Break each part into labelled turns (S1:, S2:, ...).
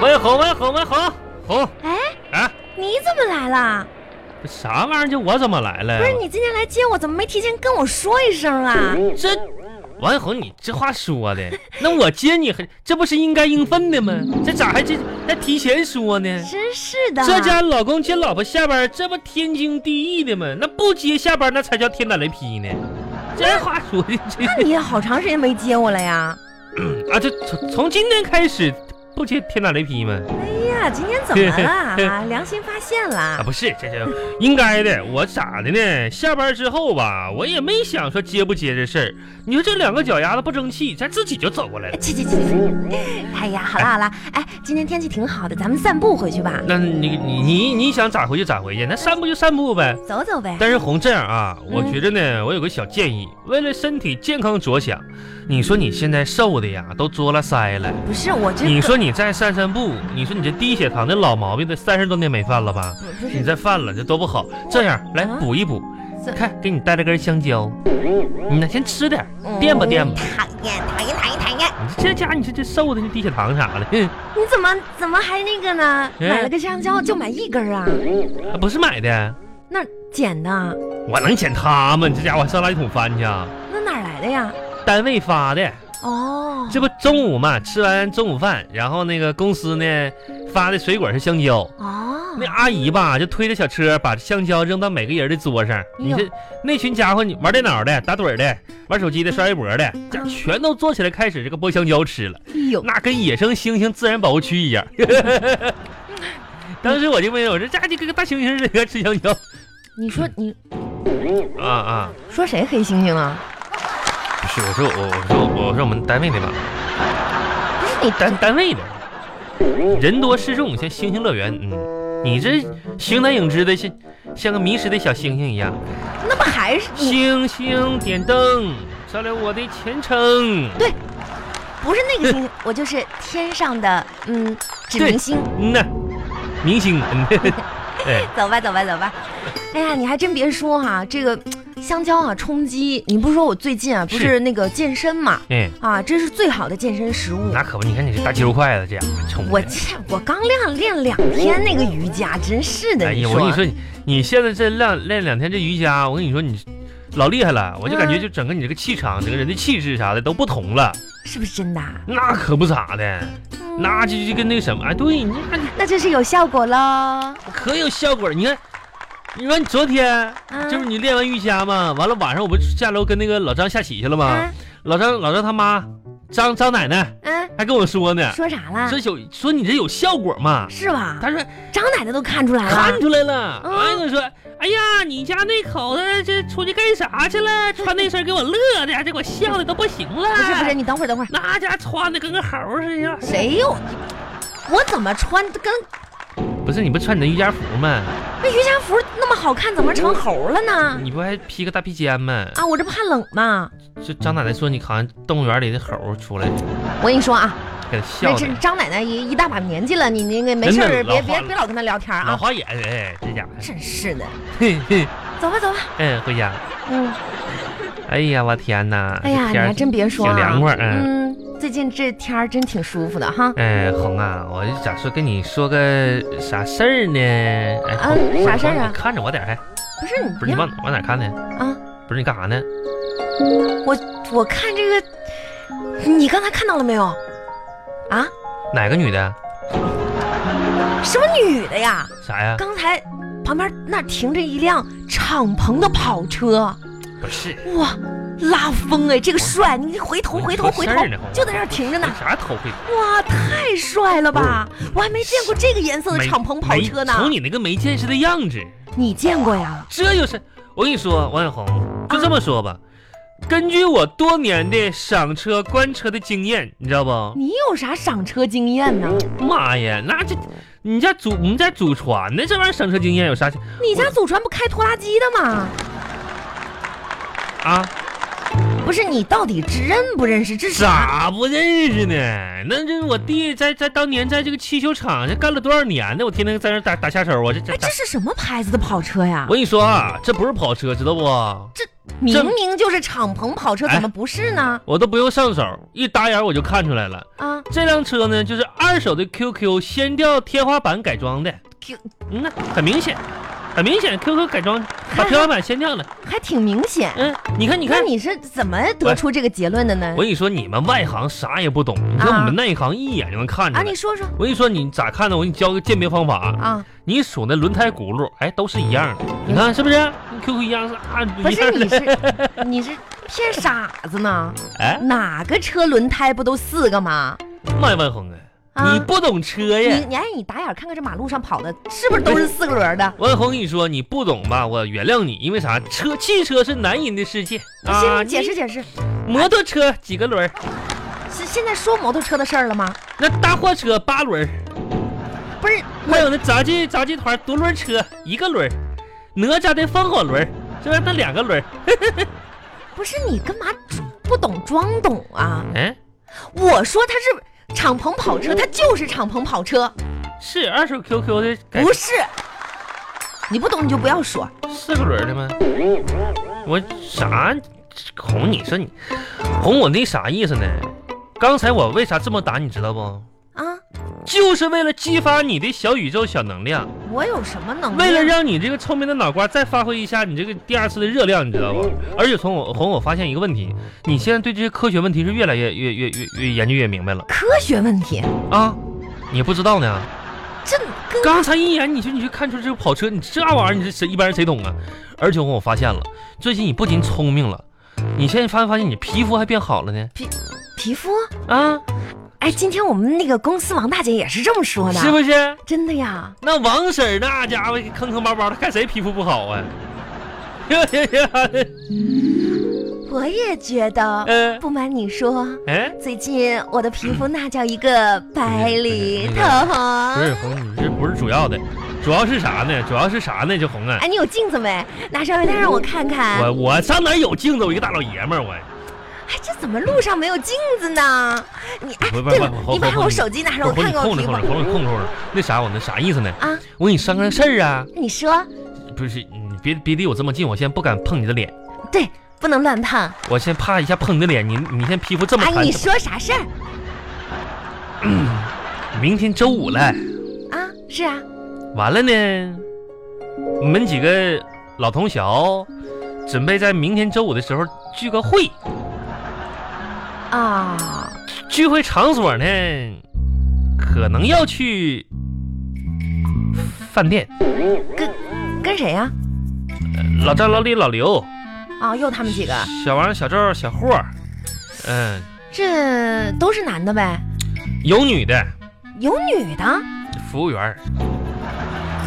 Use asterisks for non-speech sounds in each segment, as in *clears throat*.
S1: 吼吗？吼吼！
S2: 哎
S1: 啊，
S2: 你怎么来了？
S1: 这啥玩意儿？就我怎么来了呀？
S2: 不是你今天来接我，怎么没提前跟我说一声啊？
S1: 这王红，你这话说的，那我接你还这不是应该应分的吗？这咋还这还提前说呢？
S2: 真是的，
S1: 这家老公接老婆下班，这不天经地义的吗？那不接下班，那才叫天打雷劈呢。这话说的，这
S2: 那你也好长时间没接我了呀？
S1: 啊，这从从今天开始不接天打雷劈吗？
S2: 哎呀，今天怎么了
S1: *laughs*
S2: 啊？良心发现
S1: 啊，
S2: 了，
S1: 不是，这这应该的。我咋的呢？下班之后吧，我也没想说接不接这事儿。你说这两个脚丫子不争气，咱自己就走过来了
S2: 哎。去去去去！去哎呀，好啦好啦，哎，今天天气挺好的，咱们散步回去吧，
S1: 那你你你你想咋回去咋回去，那散步就散步呗。
S2: 走走呗。
S1: 但是红这样啊，我
S2: 嗯
S1: 觉着呢，我有个小建议，为了身体健康着想，你说你现在瘦的呀，都作了腮了。
S2: 不是我这个，
S1: 你说你再散散步，你说你这低血糖的老毛病，这三十多年没犯了吧？
S2: 不不
S1: 你
S2: 是
S1: 再犯了，这多不好。这样来
S2: 啊
S1: 补一补
S2: 这，
S1: 看给你带了根香蕉，你呢先吃点儿，垫吧垫吧。
S2: 嗯讨厌讨厌讨厌讨厌！
S1: 你这家伙你这这瘦的，你低血糖啥的，哼
S2: 你怎么怎么还那个呢？
S1: 嗯
S2: 买了个香蕉就买一根啊？
S1: 啊不是买的，
S2: 那捡的，
S1: 我能捡它吗？你这家伙还上垃圾桶翻去啊？
S2: 那哪儿来的呀？
S1: 单位发的，
S2: 哦，
S1: 这不中午嘛，吃完中午饭，然后那个公司呢发的水果是香蕉。
S2: 哦，
S1: 那阿姨吧，就推着小车把香蕉扔到每个人的桌上。你这那群家伙，你玩电脑的、打盹儿的、玩手机的、刷微博的，这全都坐起来开始这个剥香蕉吃了，
S2: 哎呦，
S1: 那跟野生猩猩自然保护区一样。 *laughs* 当时我就问我说：“这这跟个大猩猩似的吃香蕉
S2: 你说你
S1: 啊啊
S2: 说谁黑猩猩啊？！”
S1: 不是，我说我我说我说我们单位的吧，
S2: 不是你
S1: 单单位的，人多势众，像猩猩乐园。嗯，你这形单影只的，像像个迷失的小猩猩一样。
S2: 那不还是你
S1: 星星点灯，照亮我的前程。
S2: 不是那
S1: *laughs*
S2: 个猩猩，我就是天上的嗯指明星。
S1: 嗯呐，明星。
S2: *laughs*
S1: 嗯哎，
S2: 走吧走吧走吧。哎呀，你还真别说哈、这个香蕉啊充饥，你不是说我最近啊不
S1: 是
S2: 是那个健身嘛？
S1: 哎，
S2: 啊，这是最好的健身食物。
S1: 那可不，你看你这大肌肉块子，这样冲
S2: 我
S1: 的。
S2: 这我刚练练两天那个瑜伽，真是的，
S1: 哎
S2: 你
S1: 呀，我
S2: 说。
S1: 跟你说，你你现在这练练两天这瑜伽，我跟你说，你老厉害了，我就感觉
S2: 嗯
S1: 就整个你这个气场，整个人的气质啥的都不同了。
S2: 是不是真的啊？嗯
S1: 那可不咋的，那就就跟那个什么，哎，对，你看你
S2: 那就是有效果啊喽。
S1: 可有效果了。你看，你说你昨天
S2: 嗯
S1: 就是你练完瑜伽嘛，完了晚上我不下楼跟那个老张下棋去了吗？
S2: 啊，
S1: 老张老张他妈张张奶奶
S2: 嗯，
S1: 还跟我说呢，
S2: 说啊啥啦
S1: 说？有说你这有效果嘛？
S2: 是吧？
S1: 他说
S2: 张奶奶都看出来
S1: 看
S2: 了，
S1: 出来了，
S2: 啊嗯
S1: 哎，我说，哎呀，你家那口子这出去干啥去了？穿那身给我乐的，这给我笑的都不行了。
S2: 不是不是，，你等会儿等会儿，
S1: 那家穿的跟个猴似的。
S2: 谁有？我怎么穿跟
S1: 不是你不穿你的瑜伽服吗？
S2: 那瑜伽服那么好看，怎么成猴了呢？
S1: 你不还披个大披肩吗？
S2: 啊，我这不怕冷吗？
S1: 就张奶奶说你好像动物园里的猴出来，
S2: 我跟你说啊，
S1: 给他笑
S2: 那这
S1: 的，
S2: 张奶奶一一大把年纪了，你那个没事
S1: 真的
S2: 儿别
S1: 老
S2: 别
S1: 花
S2: 别老跟她聊天
S1: 老
S2: 啊，
S1: 花眼，哎，这
S2: *laughs*
S1: 家伙，
S2: 真是的。
S1: 嘿嘿，
S2: 走吧走吧，
S1: 嗯，回家。
S2: 嗯，
S1: 哎呀，我天哪！
S2: 哎呀，
S1: 这
S2: 你
S1: 天儿
S2: 还真别说
S1: 挺凉
S2: 啊，
S1: 快，嗯。
S2: 嗯，最近这天儿真挺舒服的哈。
S1: 哎，红啊，我就想说跟你说个啥事儿呢？哎，
S2: 啊
S1: 红
S2: 啥事儿啊
S1: 红你看着我点儿，哎，
S2: 不是你
S1: 不是
S2: 不
S1: 你
S2: 要
S1: 往往哪看呢？
S2: 啊。
S1: 不是你干啥呢？
S2: 我看这个，你刚才看到了没有？啊，
S1: 哪个女的？
S2: 什么女的呀？
S1: 啥呀？
S2: 刚才旁边那停着一辆敞篷的跑车，
S1: 不是，
S2: 哇，拉风哎，这个帅！你回头
S1: 我
S2: 回头
S1: 说
S2: 回
S1: 事
S2: 头
S1: 儿呢红，
S2: 就在那儿停着呢
S1: 有。啥头回头
S2: 哇，太帅了吧！我还没见过这个颜色的
S1: 没
S2: 敞篷跑车呢
S1: 没。瞅你那个没见识的样子，
S2: 你见过呀？
S1: 这就是我跟你说，王小红，就这么说吧。根据我多年的赏车、观车的经验，你知道不？
S2: 你有啥赏车经验
S1: 哦
S2: 呢？
S1: 妈呀，那这你家祖我们家祖传的这玩意儿赏车经验有啥
S2: 你家祖传不开拖拉机的吗？
S1: 啊？
S2: 不是你到底知认不认识？这是
S1: 咋不认识呢？那这我弟在在当年在这个汽修厂这干了多少年呢？我天天在那打打下手啊！这这
S2: 哎，
S1: 打
S2: 这，是什么牌子的跑车呀
S1: 我？跟你说啊，这不是跑车，知道不？
S2: 明明就是敞篷跑车，
S1: 哎
S2: 怎么不是呢？
S1: 我都不用上手，一打眼我就看出来了。
S2: 啊
S1: 这辆车呢，就是二手的 QQ 掀掉天花板改装的。
S2: ，Q
S1: 嗯呐，很明显，很明显，QQ 改装把天花板掀掉了。
S2: 还挺明显。
S1: 嗯，你看，你
S2: 那
S1: 看，
S2: 你是怎么得出这个结论的呢
S1: 我？跟你说，你们外行啥也不懂，你说我们内行一眼就能看出
S2: 啊，
S1: 来。
S2: 你说说
S1: 我跟你说，你咋看呢？我给你教个鉴别方法啊。 *laughs*
S2: 啊，
S1: 你数那轮胎轱
S2: 嗯
S1: 辘，哎，都是一样的，你看是不是？跟 QQ 一样是啊，
S2: 不
S1: 一
S2: 是
S1: 样
S2: 你
S1: 的。
S2: 是你是骗傻
S1: *laughs*
S2: 子呢？
S1: 哎，
S2: 哪个车轮胎不都四个吗？
S1: 麦万红啊，
S2: 啊
S1: 你不懂车
S2: 你
S1: 呀。
S2: 你哎，你打眼看看这马路上跑的，是不是都是四个轮的？
S1: 万红，跟你说你不懂吧？我原谅你，因为啥？车汽车是男人的世界啊。
S2: 先解释
S1: 你
S2: 解释，
S1: 摩托车几个轮儿？
S2: 现现在说摩托车的事儿了吗？
S1: 那大货车八轮儿，
S2: 不是，
S1: 还有那杂技杂技团独轮车一个轮儿，哪吒的风火轮儿是不是？那两个轮儿，
S2: 不是你干嘛不懂装懂啊？
S1: 嗯，
S2: 我说它是敞篷跑车，它就是敞篷跑车，
S1: 是二手 QQ 的改
S2: 不是。你不懂你就不要说，
S1: 四个轮儿的吗？我啥哄你说你哄我那啥意思呢？刚才我为啥这么打你知道不？
S2: 啊，
S1: 就是为了激发你的小宇宙、小能量，
S2: 我有什么能力？啊
S1: 为了让你这个聪明的脑瓜再发挥一下你这个第二次的热量，你知道不？而且从我哄我发现一个问题，你现在对这些科学问题是越来越越越越越研究越明白了
S2: 科学问题，
S1: 啊！你不知道呢？
S2: 这跟
S1: 刚才一眼你就你就看出这个跑车，你这玩意儿你是谁一般人谁懂啊？而且我发现了，最近你不仅聪明了，你现在发现发现你皮肤还变好了呢
S2: 皮肤，
S1: 啊，
S2: 哎，今天我们那个公司王大姐也是这么说的，
S1: 是不是？
S2: 真的呀？
S1: 那王婶儿那家伙坑坑巴巴的，看谁皮肤不好啊？ *laughs* 哎
S2: 我也觉得，
S1: 嗯，
S2: 不瞒你说，
S1: 哎，
S2: 最近我的皮肤那叫一个白里
S1: 嗯
S2: 透
S1: 不是
S2: 红。
S1: 红，你这不是主要的，主要是啥呢？主要是啥呢？这红啊，
S2: 哎，你有镜子没？拿上来，再让我看看。
S1: 我我上哪儿有镜子？我一个大老爷们儿，我
S2: 哎，这怎么路上没有镜子呢？你哎，
S1: 不不
S2: 对
S1: 不
S2: 了
S1: 不，不
S2: 你把
S1: 不
S2: 我手机拿上，我
S1: 红你
S2: 看看我
S1: 控制
S2: 皮
S1: 控制
S2: 肤
S1: 红你控制控制，那啥我那啥意思呢？
S2: 啊。
S1: 我给你商量事儿啊。
S2: 你说
S1: 不是你别别离我这么近，我现在不敢碰你的脸，
S2: 对，不能乱碰。
S1: 我现在怕一下碰你的脸，你你现在皮肤这么
S2: 哎，
S1: 干
S2: 你说啥事儿
S1: 明天周五了，
S2: 啊？是啊，
S1: 完了呢，我们几个老同学准备在明天周五的时候聚个会，
S2: 啊、
S1: 聚会场所呢可能要去饭店，
S2: 跟谁呀、
S1: 老张、老李、老刘、
S2: 啊？又他们几个，
S1: 小王、小赵、小霍，嗯，
S2: 这都是男的呗？
S1: 有女的，
S2: 有女的？
S1: 服务员。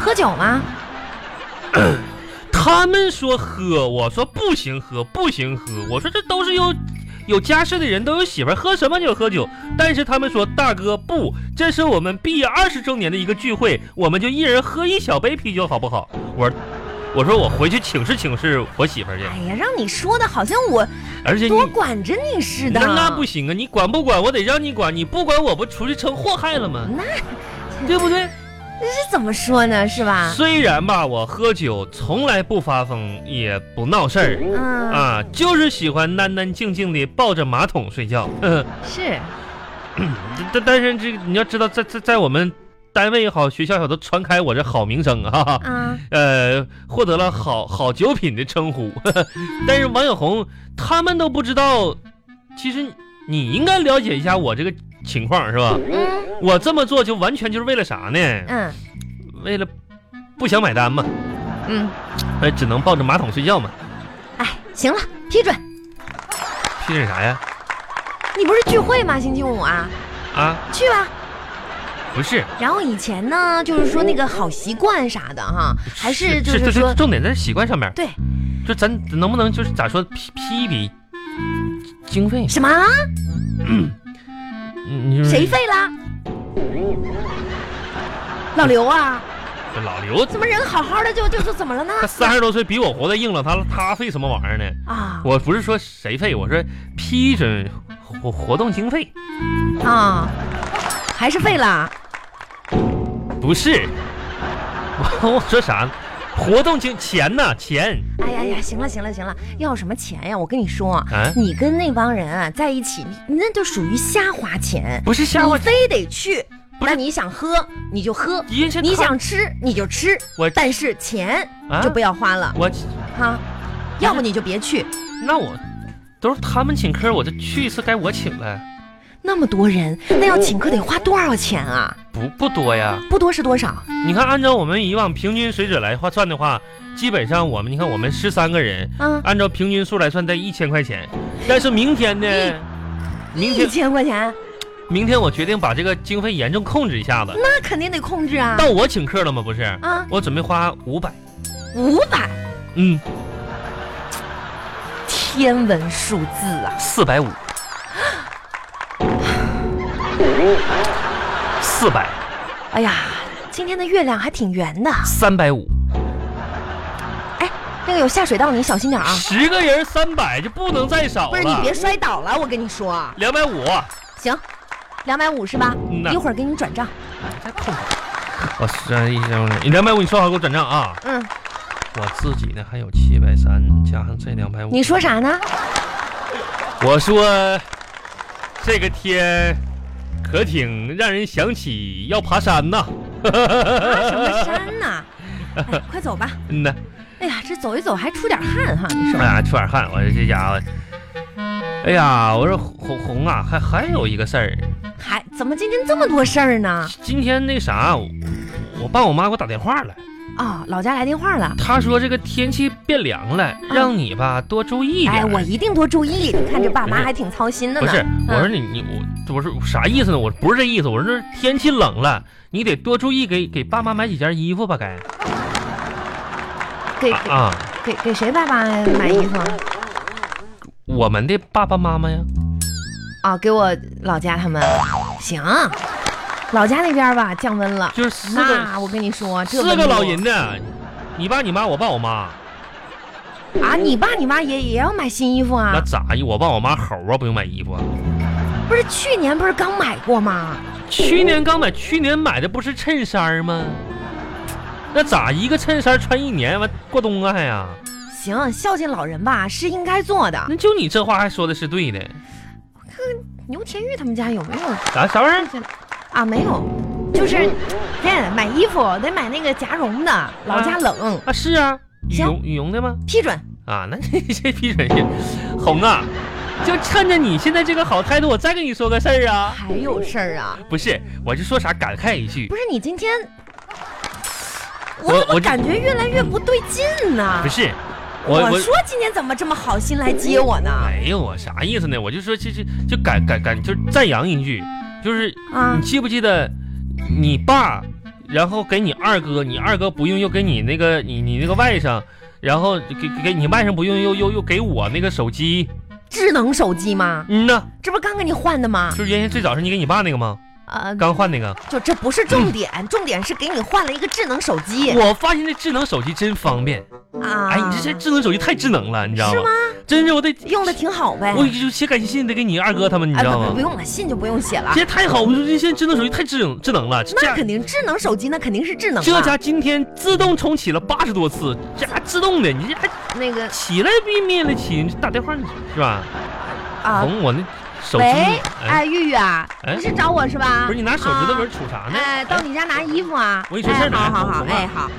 S2: 喝酒吗？
S1: 他们说喝，我说不行喝，不行喝。我说这都是有有家室的人，都有媳妇儿，喝什么酒喝酒。但是他们说大哥不，这是我们毕业二十周年的一个聚会，我们就一人喝一小杯啤酒，好不好？我说我说我回去请示请示我媳妇儿去，
S2: 哎呀，让你说的好像我
S1: 而且你
S2: 多管着你似的。
S1: 那那不行啊，你管不管我得让你管，你不管我不出去成祸害了吗？
S2: 那啊
S1: 对不对？
S2: 这怎么说呢？是吧？
S1: 虽然吧，我喝酒从来不发疯，也不闹事儿。
S2: 嗯，
S1: 啊，就是喜欢安安静静的抱着马桶睡觉。 *laughs* 呵呵
S2: 是
S1: 但但是这个你要知道，在在在我们单位也好，学校也好，都传开我这好名声哈哈。
S2: 啊，
S1: 呃，获得了好好酒品的称呼。 *laughs* 呵呵但是王小红他们都不知道，其实你应该了解一下我这个情况是吧？
S2: 嗯
S1: 我这么做就完全就是为了啥呢？
S2: 嗯
S1: 为了不想买单嘛，
S2: 嗯，
S1: 哎，只能抱着马桶睡觉嘛。
S2: 哎，行了，批准。
S1: 批准啥呀？
S2: 你不是聚会吗？星期五啊，
S1: 啊，
S2: 去吧。
S1: 不是，
S2: 然后以前呢，就是说那个好习惯啥的哈，还是就是是说，
S1: 重点在习惯上面。
S2: 对，
S1: 就咱能不能就是咋说批批一笔经费？
S2: 什么
S1: 嗯你就是
S2: 谁废了？老刘啊，
S1: 这老刘
S2: 怎么人好好的就就就怎么了呢？
S1: 他三十多岁比我活得硬朗，他他费什么玩意儿呢？
S2: 啊
S1: 我不是说谁费，我说批准活活动经费
S2: 啊，还是废了。
S1: 不是。 *laughs* 我我说啥呢？活动经钱呐、钱
S2: 哎呀呀，行了行了行了，要什么钱呀？我跟你说，
S1: 啊，
S2: 你跟那帮人啊在一起，你那就属于瞎花钱，
S1: 不是瞎我
S2: 你非得去。
S1: 不是
S2: 那你想喝你就喝，
S1: 一是
S2: 你
S1: 他
S2: 想吃你就吃，
S1: 我
S2: 但是钱
S1: 啊
S2: 就不要花了
S1: 我
S2: 哈、要不你就别去。
S1: 那我都是他们请客，我这去一次该我请了，
S2: 那么多人，那要请客得花多少钱啊？
S1: 不不多呀。
S2: 不多是多少？
S1: 你看，按照我们以往平均水准来话算的话，基本上我们你看我们十三个人，
S2: 啊，
S1: 按照平均数来算，在一千块钱。但是明天呢？明
S2: 一
S1: 天
S2: 千块钱，
S1: 明天我决定把这个经费严重控制一下子。
S2: 那肯定得控制啊。
S1: 到我请客了吗？不是，
S2: 啊，
S1: 我准备花五百。
S2: 五百，
S1: 嗯，
S2: 天文数字啊！
S1: 四百五，四百，
S2: 哎呀，今天的月亮还挺圆的。
S1: 三百五，
S2: 那个有下水道，你小心点啊！
S1: 十个人三百就不能再少了。
S2: 不是你别摔倒了，我跟你说。
S1: 两百五，哎
S2: 行，两百五是吧？
S1: 嗯呐
S2: 一会儿给你转账。
S1: 再控制。我算一下，你两百五，你算好给我转账啊！
S2: 嗯，
S1: 我自己呢还有七百三，加上这两百五。
S2: 你说啥
S1: *laughs*
S2: 呢？
S1: 我说这个天可挺让人想起要爬山呐。
S2: 啊，什
S1: *laughs*
S2: 么山呐？哎，快走吧！
S1: 嗯呐，
S2: 哎呀，这走一走还出点汗哈，你说
S1: 哎呀，出点汗，我说这家伙，哎呀，我说红红啊，还还有一个事儿，
S2: 还怎么今天这么多事儿呢？
S1: 今天那啥，我我爸我妈给我打电话了，
S2: 哦，老家来电话了。
S1: 他说这个天气变凉了，让你吧多注意一点
S2: 哎，
S1: 儿。
S2: 我一定多注意。你看这爸
S1: 不
S2: 妈
S1: 是
S2: 还挺操心的
S1: 不
S2: 呢。
S1: 是，我说
S2: 嗯
S1: 你你我我说啥意思呢？我不是这意思，我说这天气冷了，你得多注意给给爸妈买几件衣服吧，该
S2: 给
S1: 啊啊，
S2: 给给谁爸爸买衣服啊？
S1: 我们的爸爸妈妈呀，
S2: 啊，给我老家他们。行，老家那边吧，降温了。
S1: 就是四
S2: 那
S1: 个
S2: 啊我跟你说，这
S1: 四
S2: 温
S1: 个
S2: 度
S1: 老人呢，你爸你妈我爸我妈，
S2: 啊！你爸你妈也也要买新衣服啊
S1: 那？咋呀？我爸我妈猴啊，不用买衣服啊。
S2: 不是去年不是刚买过吗？
S1: 去年刚买，去年买的不是衬衫吗？那咋一个衬衫穿一年完过冬啊还呀？
S2: 行，孝敬老人吧是应该做的。
S1: 那就你这话还说的是对的，
S2: 牛田玉他们家有没有
S1: 啥啥玩意儿？
S2: 啊？没有，就是，对，买衣服得买那个夹绒的，老家冷，
S1: 啊是啊，羽
S2: 行
S1: 绒羽绒的吗？
S2: 批准。
S1: 啊，那 *laughs* 这批准是红啊，就趁着你现在这个好态度，我再跟你说个事儿啊。
S2: 还有事儿啊？
S1: 不是，我就说啥感慨一句
S2: 不，是你今天，
S1: 我
S2: 我怎
S1: 我
S2: 么
S1: 这
S2: 感觉越来越不对劲呢？
S1: 不是，我
S2: 我
S1: 我
S2: 说今天怎么这么好心来接我呢？
S1: 没有哎我啥意思呢？我就说这这就感感感就赞扬一句，就是
S2: 啊
S1: 你，记不记得你爸，然后给你二哥，你二哥不用又给你那个你你那个外甥，然后给给你外甥不用又又又给我那个手机，
S2: 智能手机吗？
S1: 嗯呐，
S2: 这不是刚给你换的吗？
S1: 就是原先最早是你给你爸那个吗？
S2: 呃，
S1: 刚换那个。
S2: 就这不是
S1: *clears throat*
S2: 重点，重点是给你换了一个智能手机
S1: 我发现这智能手机真方便，
S2: 啊。
S1: 哎，你这这智能手机太智能了，你知道
S2: 是
S1: 吗
S2: 吗？？
S1: 真是我得，
S2: 用的挺好呗。
S1: 我就写感谢信得给你二哥他们，你
S2: 哎，
S1: 知道
S2: 不不
S1: 吗
S2: 不？用了，信就不用写了
S1: 这。也太好，我说这现在智能手机太智能智能了，这
S2: 那
S1: 家
S2: 肯定，智能手机那肯定是智能
S1: 这
S2: 啊
S1: 家今天自动重启了八十多次，这还自动的，你这还
S2: 那个
S1: 起来别灭了起，你打电话是吧？
S2: 啊，
S1: 哄我那手机，
S2: 喂，
S1: 哎，
S2: 哎，玉玉啊，
S1: 哎
S2: 你是找我是吧？
S1: 不是你拿手指头
S2: 啊
S1: 纹杵啥呢？
S2: 哎，到你家拿衣服啊？
S1: 我跟你说事儿呢
S2: 哎好好
S1: 哎
S2: 好，
S1: 我
S2: 哎好，